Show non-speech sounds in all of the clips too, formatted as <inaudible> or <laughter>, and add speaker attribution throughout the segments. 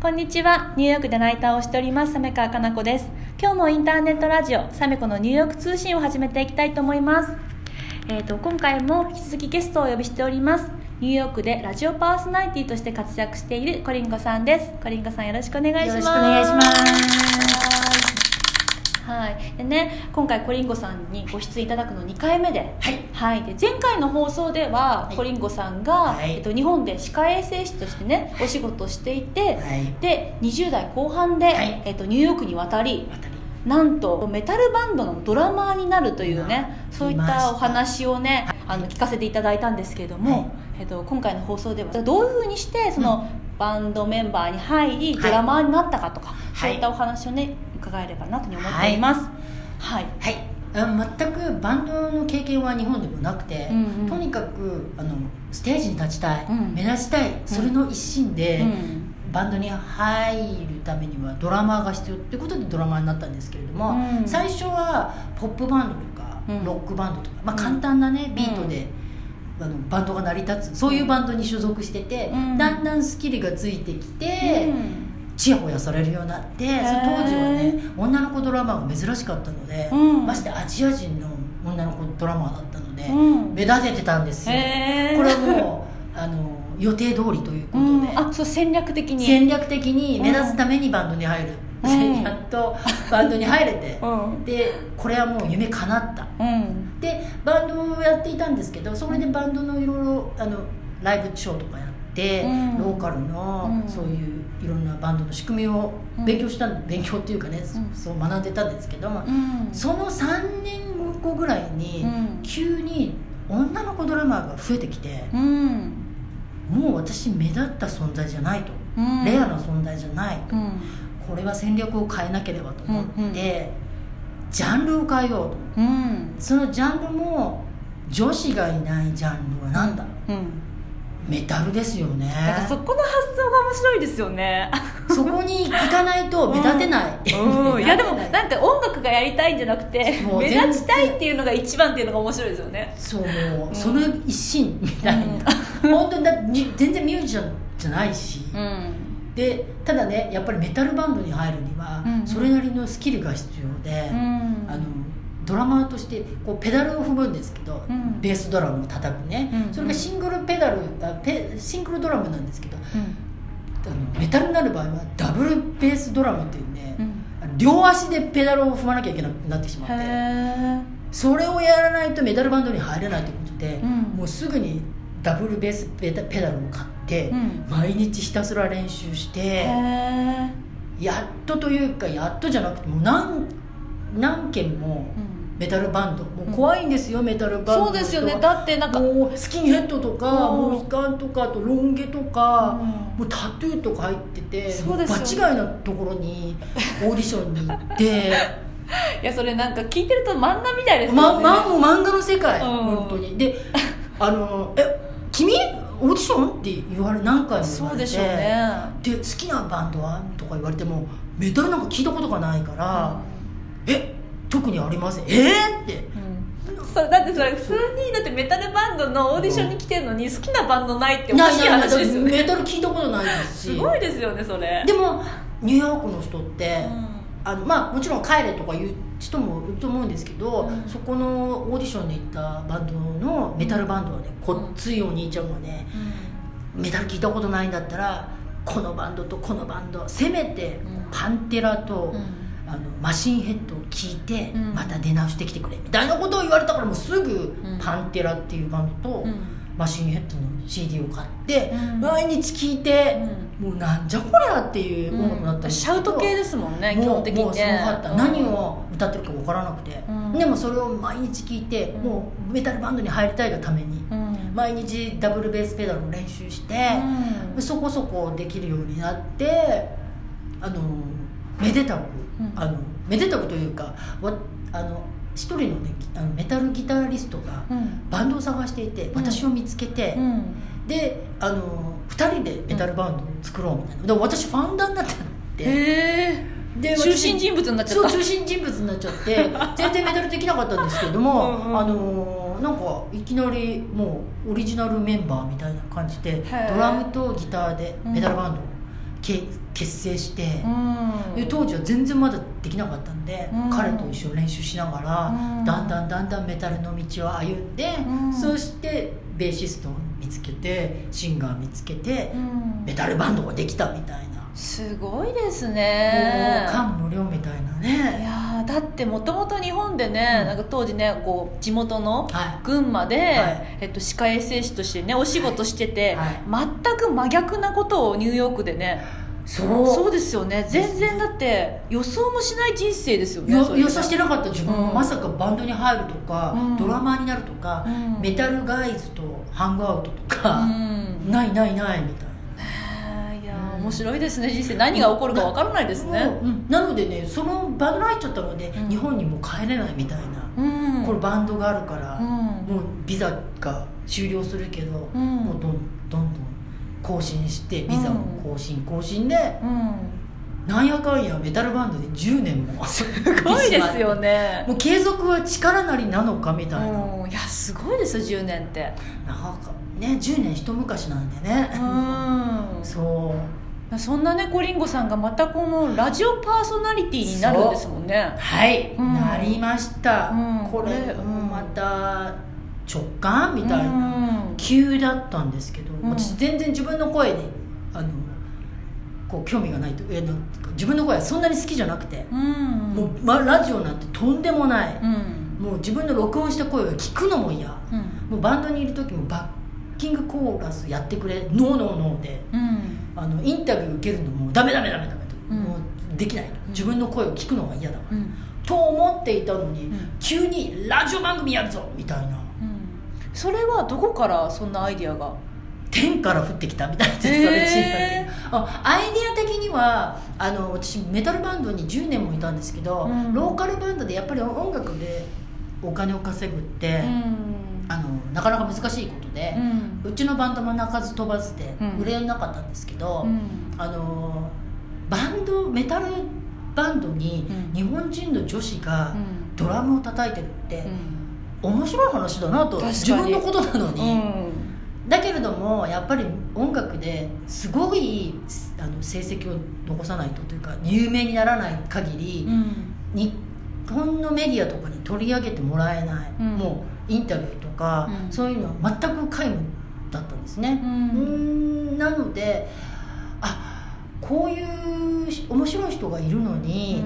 Speaker 1: こんにちはニューヨークでライターをしております鮫川かな子です今日もインターネットラジオサメコのニューヨーク通信を始めていきたいと思いますえー、と今回も引き続きゲストをお呼びしておりますニューヨークでラジオパーソナリティとして活躍しているコリンコさんですコリンコさんよろしくお願いします
Speaker 2: よろしくお願いします
Speaker 1: はい、でね今回コリンゴさんにご出演いただくの2回目で,、
Speaker 2: はい
Speaker 1: はい、で前回の放送では、
Speaker 2: はい
Speaker 1: コリンゴさんが、
Speaker 2: はい
Speaker 1: えっと、日本で歯科衛生士としてねお仕事をしていて、
Speaker 2: はい
Speaker 1: で20代後半で、
Speaker 2: はい
Speaker 1: えっと、ニューヨークに渡り
Speaker 2: 渡り
Speaker 1: なんとメタルバンドのドラマーになるというね
Speaker 2: うん
Speaker 1: そういっ
Speaker 2: 見ました
Speaker 1: たお話をねあの聞かせていただいたんですけれども、
Speaker 2: はい
Speaker 1: えっと、今回の放送ではどういうふうにしてその、バンドメンバーに入りドラマーになったかとか、
Speaker 2: はい
Speaker 1: そういったお話をね伺えればなというふうに思っていますはい、
Speaker 2: はいあ全くバンドの経験は日本でもなくて、
Speaker 1: うんうん
Speaker 2: とにかくあのステージに立ちたい、
Speaker 1: うん
Speaker 2: 目立ちたいそれの一心で、
Speaker 1: うん
Speaker 2: バンドに入るためにはドラマーが必要ってことでドラマーになったんですけれども、
Speaker 1: うん
Speaker 2: 最初はポップバンドとか、
Speaker 1: うん
Speaker 2: ロックバンドとか、まあ、
Speaker 1: うん
Speaker 2: 簡単なねビートで、あのバンドが成り立つそういうバンドに所属してて、
Speaker 1: うん
Speaker 2: だんだんスキルがついてきて、チヤホヤされるようになってその当時はね女の子ドラマーが珍しかったので、
Speaker 1: うん
Speaker 2: ましてアジア人の女の子ドラマーだったので、
Speaker 1: うん
Speaker 2: 目立ててたんですよ、
Speaker 1: へー
Speaker 2: これはもうあの予定通りという
Speaker 1: う
Speaker 2: ことで、
Speaker 1: ん、あそう戦略的に
Speaker 2: 戦略的に目立つためにバンドに入る、
Speaker 1: うん
Speaker 2: やっとバンドに入れて
Speaker 1: う、ん
Speaker 2: でこれはもう夢叶った
Speaker 1: うん
Speaker 2: でバンドをやっていたんですけどそれでバンドのいろいろあのライブショーとかやって、
Speaker 1: うん
Speaker 2: ローカルの
Speaker 1: うん
Speaker 2: そういういろんなバンドの仕組みを勉強した、勉強っていうかね、そ
Speaker 1: うん
Speaker 2: そう学んでたんですけど、
Speaker 1: うん
Speaker 2: その3年後ぐらいに、
Speaker 1: うん
Speaker 2: 急に女の子ドラマーが増えてきて、
Speaker 1: うん
Speaker 2: もう私目立った存在じゃないと、
Speaker 1: うん
Speaker 2: レアな存在じゃないと、
Speaker 1: うん
Speaker 2: これは戦略を変えなければと思って、ジャンルを変えようと
Speaker 1: うん
Speaker 2: そのジャンルも女子がいないジャンルは何だ
Speaker 1: うん
Speaker 2: メタルですよね
Speaker 1: だからそこの発想が面白いですよ
Speaker 2: <laughs>
Speaker 1: ね
Speaker 2: そこに行かないと目立てない、
Speaker 1: うんいやでも
Speaker 2: 目立てない
Speaker 1: なんか音楽がやりたいんじゃなくて
Speaker 2: もう
Speaker 1: 目
Speaker 2: 全然
Speaker 1: 立ちたいっていうのが一番っていうのが面白いですよね
Speaker 2: そうもう、
Speaker 1: うん
Speaker 2: その一心みたいな、
Speaker 1: うん
Speaker 2: 本当にだに全然ミュージシャンじゃないし、
Speaker 1: うん
Speaker 2: でただねやっぱりメタルバンドに入るには、
Speaker 1: うん
Speaker 2: それなりのスキルが必要で、
Speaker 1: うん
Speaker 2: あのドラマーとしてこうペダルを踏むんですけど、
Speaker 1: うん
Speaker 2: ベースドラムを叩くね、
Speaker 1: うん
Speaker 2: それがシングルペダルあペシングルドラムなんですけど
Speaker 1: うん
Speaker 2: あのメタルになる場合はダブルベースドラムっていうね、
Speaker 1: うん
Speaker 2: あの両足でペダルを踏まなきゃいけなくなってしま
Speaker 1: へ
Speaker 2: って
Speaker 1: え
Speaker 2: それをやらないとメタルバンドに入れないということで、
Speaker 1: うん
Speaker 2: もうすぐにダブルベースペダペダルを買って、
Speaker 1: うん
Speaker 2: 毎日ひたすら練習して。
Speaker 1: へえ
Speaker 2: やっとというかやっとじゃなくてもう何何件も
Speaker 1: うん
Speaker 2: メタルバンド、もう怖いんですよ、メタルバンド
Speaker 1: そうですよねだってなんか
Speaker 2: もうスキンヘッドとか
Speaker 1: うん
Speaker 2: モヒカンとかあとロン毛とか、もうタトゥーとか入ってて
Speaker 1: そうですよね
Speaker 2: もう場違いなところにオーディションに行って <laughs>
Speaker 1: いやそれなんか聞いてると漫画みたいです
Speaker 2: ま
Speaker 1: よね
Speaker 2: ま、もう漫画の世界、
Speaker 1: うん
Speaker 2: 本当にであの「え君オーディション?」って言われ何回も言われて
Speaker 1: そうでしょうね
Speaker 2: で好きなバンドはとか言われてもメタルなんか聞いたことがないから、え特にありませんえー、って
Speaker 1: うんそうだってそれ普通にだってメタルバンドのオーディションに来てるのに好きなバンドないっておかしい話ですよね
Speaker 2: メタル聞いたことないです
Speaker 1: す
Speaker 2: し
Speaker 1: ごいですよねそれ
Speaker 2: でもニューヨークの人って、
Speaker 1: うん
Speaker 2: あのまあ、もちろん帰れとか言う人もいると思うんですけど、
Speaker 1: うん
Speaker 2: そこのオーディションに行ったバンドのメタルバンドはねこっついお兄ちゃんがねメタル聞いたことないんだったらこのバンドとこのバンドせめて
Speaker 1: うん
Speaker 2: パンテラと、
Speaker 1: うん
Speaker 2: あのマシンヘッドを聞いて、
Speaker 1: うん
Speaker 2: また出直してきてくれみたいなことを言われたからもうすぐ
Speaker 1: うん
Speaker 2: パンテラっていうバンドと、
Speaker 1: うん
Speaker 2: マシンヘッドの CD を買って、
Speaker 1: うん
Speaker 2: 毎日聞いて、もうなんじゃこりゃっていう音楽だったんです
Speaker 1: シ
Speaker 2: けど
Speaker 1: ャウト系ですもんね基
Speaker 2: も
Speaker 1: 本
Speaker 2: う
Speaker 1: 的
Speaker 2: も
Speaker 1: に
Speaker 2: うすご
Speaker 1: ね
Speaker 2: かった、
Speaker 1: うん
Speaker 2: 何を歌ってるか分からなくて、
Speaker 1: うん
Speaker 2: でもそれを毎日聞いて、
Speaker 1: うん
Speaker 2: もうメタルバンドに入りたいがために、
Speaker 1: うん
Speaker 2: 毎日ダブルベースペダルを練習して、
Speaker 1: うん
Speaker 2: そこそこできるようになってあのめでたく、
Speaker 1: うん
Speaker 2: あのめでたくというかわあの一人の,、ね、あのメタルギタリストが
Speaker 1: うん
Speaker 2: バンドを探していて、
Speaker 1: ん
Speaker 2: 私を見つけて、
Speaker 1: うん
Speaker 2: であの2人でメタルバンドを作ろうみたいなでも私ファウンダーになったん
Speaker 1: へ
Speaker 2: で
Speaker 1: え
Speaker 2: で
Speaker 1: 中心人物になっちゃ
Speaker 2: そう
Speaker 1: った
Speaker 2: 中心人物になっちゃって
Speaker 1: <laughs>
Speaker 2: 全然メダルできなかったんですけれども
Speaker 1: うんうん
Speaker 2: あのーなんかいきなりもうオリジナルメンバーみたいな感じで
Speaker 1: へえ
Speaker 2: ドラムとギターでメダルバンドをけ結成して、
Speaker 1: うん
Speaker 2: で当時は全然まだできなかったんで、
Speaker 1: うん
Speaker 2: 彼と一緒に練習しながら、
Speaker 1: うん
Speaker 2: だんだんだんだんメタルの道を歩んで、
Speaker 1: うん
Speaker 2: そしてベーシストを見つけてシンガー見つけて
Speaker 1: う、ん
Speaker 2: メタルバンドができたみたいな、
Speaker 1: すごいです
Speaker 2: も
Speaker 1: ね
Speaker 2: う感無量みたいないね
Speaker 1: やーだってもともと日本でね、
Speaker 2: うん
Speaker 1: なんか当時ねこう地元の
Speaker 2: は
Speaker 1: 群馬で、
Speaker 2: はい
Speaker 1: えっと、歯科衛生士としてねお仕事してて、
Speaker 2: はい
Speaker 1: 全く真逆なことをニューヨークでね
Speaker 2: そう
Speaker 1: そうですよね全然だって予想もしない人生ですよねそ
Speaker 2: よ
Speaker 1: れ
Speaker 2: 予想してなかった自分も、
Speaker 1: うん
Speaker 2: まさかバンドに入るとか、
Speaker 1: うん
Speaker 2: ドラマーになるとか、
Speaker 1: うん
Speaker 2: メタルガイズとハングアウトと
Speaker 1: う
Speaker 2: か、
Speaker 1: ん
Speaker 2: ないないないみたい
Speaker 1: へ
Speaker 2: な
Speaker 1: ーいやー
Speaker 2: うん
Speaker 1: 面白いですね人生何が起こるかわからないですね
Speaker 2: うんなのでねそのバンドに入っちゃったので、
Speaker 1: うん
Speaker 2: 日本にもう帰れないみたいな、
Speaker 1: うん
Speaker 2: これバンドがあるから、
Speaker 1: うん
Speaker 2: もうビザが終了するけど、
Speaker 1: うん
Speaker 2: もうどんどんどん更新してビザも更新更新で、
Speaker 1: うん
Speaker 2: なんやかんやメタルバンドで10年もす
Speaker 1: すごいですよね
Speaker 2: もう継続は力なりなのかみたいな、
Speaker 1: うんいやすごいですよ10年って
Speaker 2: なんかね10年一昔なんでね、
Speaker 1: うん
Speaker 2: そう
Speaker 1: そんなねコリンゴさんがまたこのラジオパーソナリティになるんですもんね
Speaker 2: はい、
Speaker 1: うん
Speaker 2: なりました、
Speaker 1: うん
Speaker 2: これ
Speaker 1: うん
Speaker 2: もまた直感みたいな、
Speaker 1: うん
Speaker 2: 急だったんですけど、
Speaker 1: ん
Speaker 2: 私全然自分の声にあのこう興味がないとえなんていうか自分の声はそんなに好きじゃなくて、
Speaker 1: うん
Speaker 2: もう、ま、ラジオなんてとんでもない、
Speaker 1: うん
Speaker 2: もう自分の録音した声を聞くのも嫌
Speaker 1: うん
Speaker 2: もうバンドにいる時もバッキングコーラスやってくれノーノーノーで
Speaker 1: うん
Speaker 2: あのインタビュー受けるのもダメダメダメダメと、
Speaker 1: うん
Speaker 2: もうできないと自分の声を聞くのが嫌だから、
Speaker 1: うん
Speaker 2: と思っていたのに、
Speaker 1: うん
Speaker 2: 急にラジオ番組やるぞみたいな
Speaker 1: うんそれはどこからそんなアイディアが
Speaker 2: 天から降ってきたみたいな、
Speaker 1: へー
Speaker 2: それ違うあアイディア的にはあの私メタルバンドに10年もいたんですけど、
Speaker 1: うん
Speaker 2: ローカルバンドでやっぱり音楽でお金を稼ぐって、
Speaker 1: うん
Speaker 2: あのなかなか難しいことで、
Speaker 1: うん
Speaker 2: うちのバンドも鳴かず飛ばずで
Speaker 1: うん
Speaker 2: 売れなかったんですけど、
Speaker 1: うん
Speaker 2: あのバンドメタルバンドに
Speaker 1: うん
Speaker 2: 日本人の女子
Speaker 1: う
Speaker 2: が
Speaker 1: ん
Speaker 2: ドラムを叩いてるって、
Speaker 1: うん
Speaker 2: 面白い話だなと
Speaker 1: 確かに
Speaker 2: 自分のことなのに、
Speaker 1: うん
Speaker 2: だけれどもやっぱり音楽ですごいあの成績を残さないとというか有名にならない限り、
Speaker 1: うん
Speaker 2: 日本のメディアとかに取り上げてもらえない、
Speaker 1: うん
Speaker 2: もうインタビューとか、
Speaker 1: うん
Speaker 2: そういうのは全く皆無だったんですね、
Speaker 1: うん
Speaker 2: うんなのであこういうし面白い人がいるの
Speaker 1: う
Speaker 2: に、
Speaker 1: ん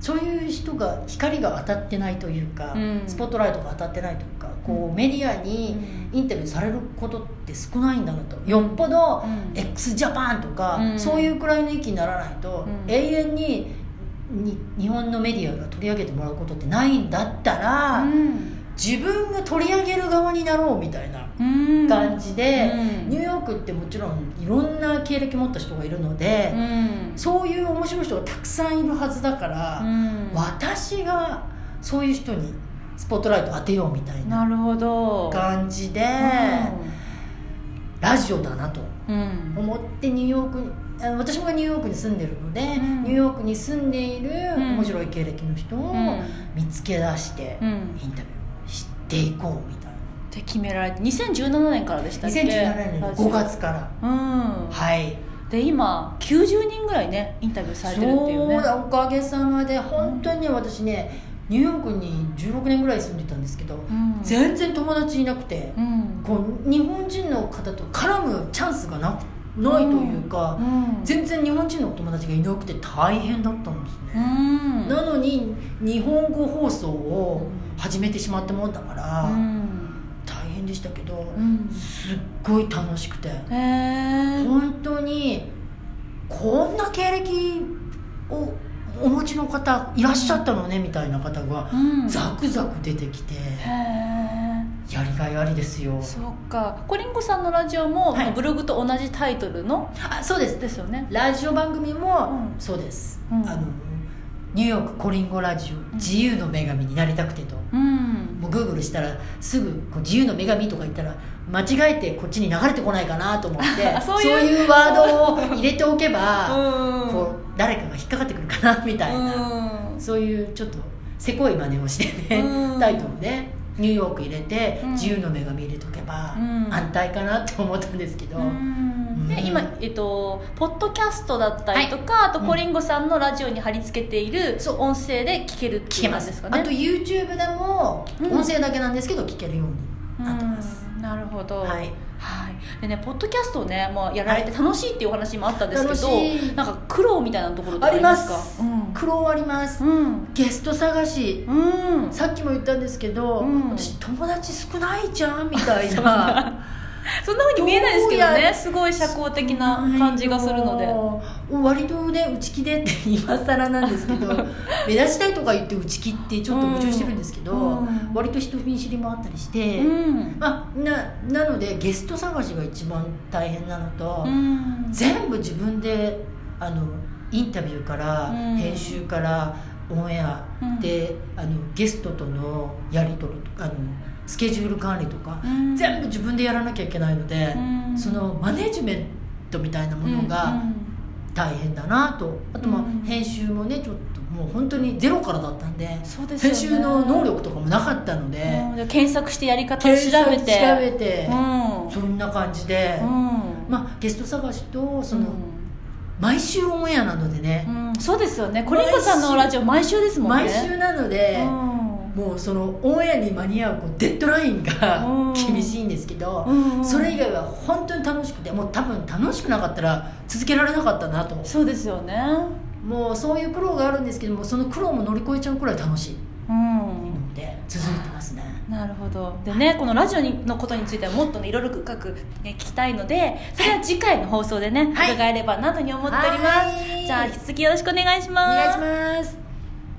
Speaker 2: そういう人が光が当たってないというか、
Speaker 1: うん
Speaker 2: スポットライトが当たってないというかこうメディアにインタビューされることって少ないんだなと、よっぽど
Speaker 1: うん
Speaker 2: x ジャパンとか、
Speaker 1: うん
Speaker 2: そういうくらいの域にならないと、
Speaker 1: うん
Speaker 2: 永遠にに日本のメディアが取り上げてもらうことってないんだったら、
Speaker 1: うん
Speaker 2: 自分が取り上げる側になろうみたいな
Speaker 1: うん
Speaker 2: 感じで、
Speaker 1: うん
Speaker 2: ニューヨークってもちろんいろんな経歴持った人がいるので
Speaker 1: う、ん
Speaker 2: そういう面白い人がたくさんいるはずだから。
Speaker 1: うん
Speaker 2: 私がそういう人にスポットライト当てようみたい
Speaker 1: な
Speaker 2: な
Speaker 1: るほど
Speaker 2: 感じで、ラジオだなと
Speaker 1: うんうん
Speaker 2: 思ってニューヨークにあの私もニューヨークに住んでるので、
Speaker 1: ん
Speaker 2: ニューヨークに住んでいる
Speaker 1: うん
Speaker 2: 面白い経歴の人を
Speaker 1: うん
Speaker 2: 見つけ出して、
Speaker 1: うん
Speaker 2: インタビューしていこうみたいな
Speaker 1: って決められて2017年からでしたっけ
Speaker 2: 2017年の
Speaker 1: ラジオ
Speaker 2: 5月から
Speaker 1: うん
Speaker 2: はい
Speaker 1: で今90人ぐらいねインタビューされてるっていうね
Speaker 2: そうだおかげさまで本当にね私ねニューヨークに16年ぐらい住んでたんですけど、
Speaker 1: うん
Speaker 2: 全然友達いなくて、
Speaker 1: うん
Speaker 2: こう日本人の方と絡むチャンスがなないというか、
Speaker 1: うん
Speaker 2: 全然日本人のお友達がいなくて大変だったんです
Speaker 1: う
Speaker 2: ね、
Speaker 1: ん
Speaker 2: なのに日本語放送を始めてしまったもんだから、
Speaker 1: うん
Speaker 2: 大変でしたけど、
Speaker 1: うん
Speaker 2: すっごい楽しくて、
Speaker 1: へえ
Speaker 2: 本当にこんな経歴をお持ちの方いらっしゃったのねみたいな方が
Speaker 1: うん
Speaker 2: ザクザク出てきて、
Speaker 1: へえ
Speaker 2: やりがいありですよ
Speaker 1: そっかコリンコさんのラジオも、
Speaker 2: はい
Speaker 1: ブログと同じタイトルの
Speaker 2: あそうです
Speaker 1: ですよね
Speaker 2: ラジオ番組も
Speaker 1: うん
Speaker 2: そうです、
Speaker 1: うん
Speaker 2: あのニューヨークコリンゴラジオ自由の女神になりたくてと、
Speaker 1: うん
Speaker 2: もうグーグルしたらすぐこう自由の女神とか言ったら間違えてこっちに流れてこないかなと思っ
Speaker 1: <laughs>
Speaker 2: て
Speaker 1: そ
Speaker 2: そうう
Speaker 1: いう
Speaker 2: いうワードを入れておけば、
Speaker 1: うん
Speaker 2: こう誰かが引っかかってくるかなみたいな、
Speaker 1: うん
Speaker 2: そういうちょっとせこい真似をしてね、
Speaker 1: うん
Speaker 2: タイトルねニューヨーク入れて、
Speaker 1: うん
Speaker 2: 自由の女神入れとけば、
Speaker 1: うん
Speaker 2: 安泰かなって思ったんですけど、
Speaker 1: うん
Speaker 2: うん
Speaker 1: で
Speaker 2: うん
Speaker 1: 今、えっと、ポッドキャストだったりとか、あとコリンゴさんのラジオに貼り付けている
Speaker 2: そう
Speaker 1: 音声で聞けるって
Speaker 2: 聞
Speaker 1: い
Speaker 2: け
Speaker 1: う
Speaker 2: ま
Speaker 1: 感じ
Speaker 2: す
Speaker 1: ですか
Speaker 2: あ
Speaker 1: ね
Speaker 2: と YouTube でも
Speaker 1: うん
Speaker 2: 音声だけなんですけど聞けるようになってます、
Speaker 1: うんなるほど、
Speaker 2: はい
Speaker 1: はいでね、ポッドキャストをね、まあ、やられて楽しいっていうお話もあったんですけど、
Speaker 2: 楽しい
Speaker 1: なんか苦労みたいなところとか
Speaker 2: あります
Speaker 1: か
Speaker 2: 苦労あります
Speaker 1: うんうん
Speaker 2: ゲスト探し
Speaker 1: うん
Speaker 2: さっきも言ったんですけど、
Speaker 1: うん
Speaker 2: 私友達少ないじゃんみ
Speaker 1: <laughs>
Speaker 2: たいな
Speaker 1: そんなふうに見えないですけど
Speaker 2: どうや
Speaker 1: ね
Speaker 2: ら
Speaker 1: すごい社交的な感じがするので
Speaker 2: で割とね打ち切れって今更なんですけど
Speaker 1: <laughs>
Speaker 2: 目指したいとか言って打ち切ってちょっと矛盾してるんですけど、
Speaker 1: うんうん
Speaker 2: 割と人見知りもあったりして、
Speaker 1: うん
Speaker 2: まあ、ななのでゲスト探しが一番大変なのと、
Speaker 1: うん
Speaker 2: 全部自分であのインタビューから、
Speaker 1: うん
Speaker 2: 編集からオンエアで、あのゲストとのやり取りとかあのスケジュール管理とか、
Speaker 1: うん
Speaker 2: 全部自分でやらなきゃいけないので、
Speaker 1: うん
Speaker 2: そのマネジメントみたいなものが大変だなと、あと
Speaker 1: う
Speaker 2: ま
Speaker 1: ん
Speaker 2: あ編集もねちょっともう本当にゼロからだったんで
Speaker 1: そうですよ
Speaker 2: 編
Speaker 1: ね
Speaker 2: 集の能力とかもなかったので、
Speaker 1: うんで検索してやり方を調
Speaker 2: 検索
Speaker 1: べて
Speaker 2: 調べて
Speaker 1: うん
Speaker 2: そんな感じで、
Speaker 1: うん
Speaker 2: まあゲスト探しとその、
Speaker 1: う
Speaker 2: 毎週オンエアなのでね、
Speaker 1: んうんそうですよねコリンコさんのラジオ毎週ですもんね
Speaker 2: 毎週なので、
Speaker 1: うん
Speaker 2: もうそのオンエアに間に合うこうデッドラインが
Speaker 1: うん
Speaker 2: 厳しいんですけど、
Speaker 1: うんうん
Speaker 2: それ以外は本当に楽しくてもう多分楽しくなかったら続けられなかったなと
Speaker 1: そうですよね
Speaker 2: もうそういう苦労があるんですけどもその苦労も乗り越えちゃうくらい楽しい
Speaker 1: うん
Speaker 2: ので続いてますね
Speaker 1: なるほどでねこのラジオにのことについてはもっとねいろいろ深く、ね、聞きたいのでそれは次回の放送でね、
Speaker 2: はい
Speaker 1: 伺えればなというふうに思っております
Speaker 2: はい
Speaker 1: じゃあ引き続きよろしくお願いし
Speaker 2: お
Speaker 1: ます
Speaker 2: 願いします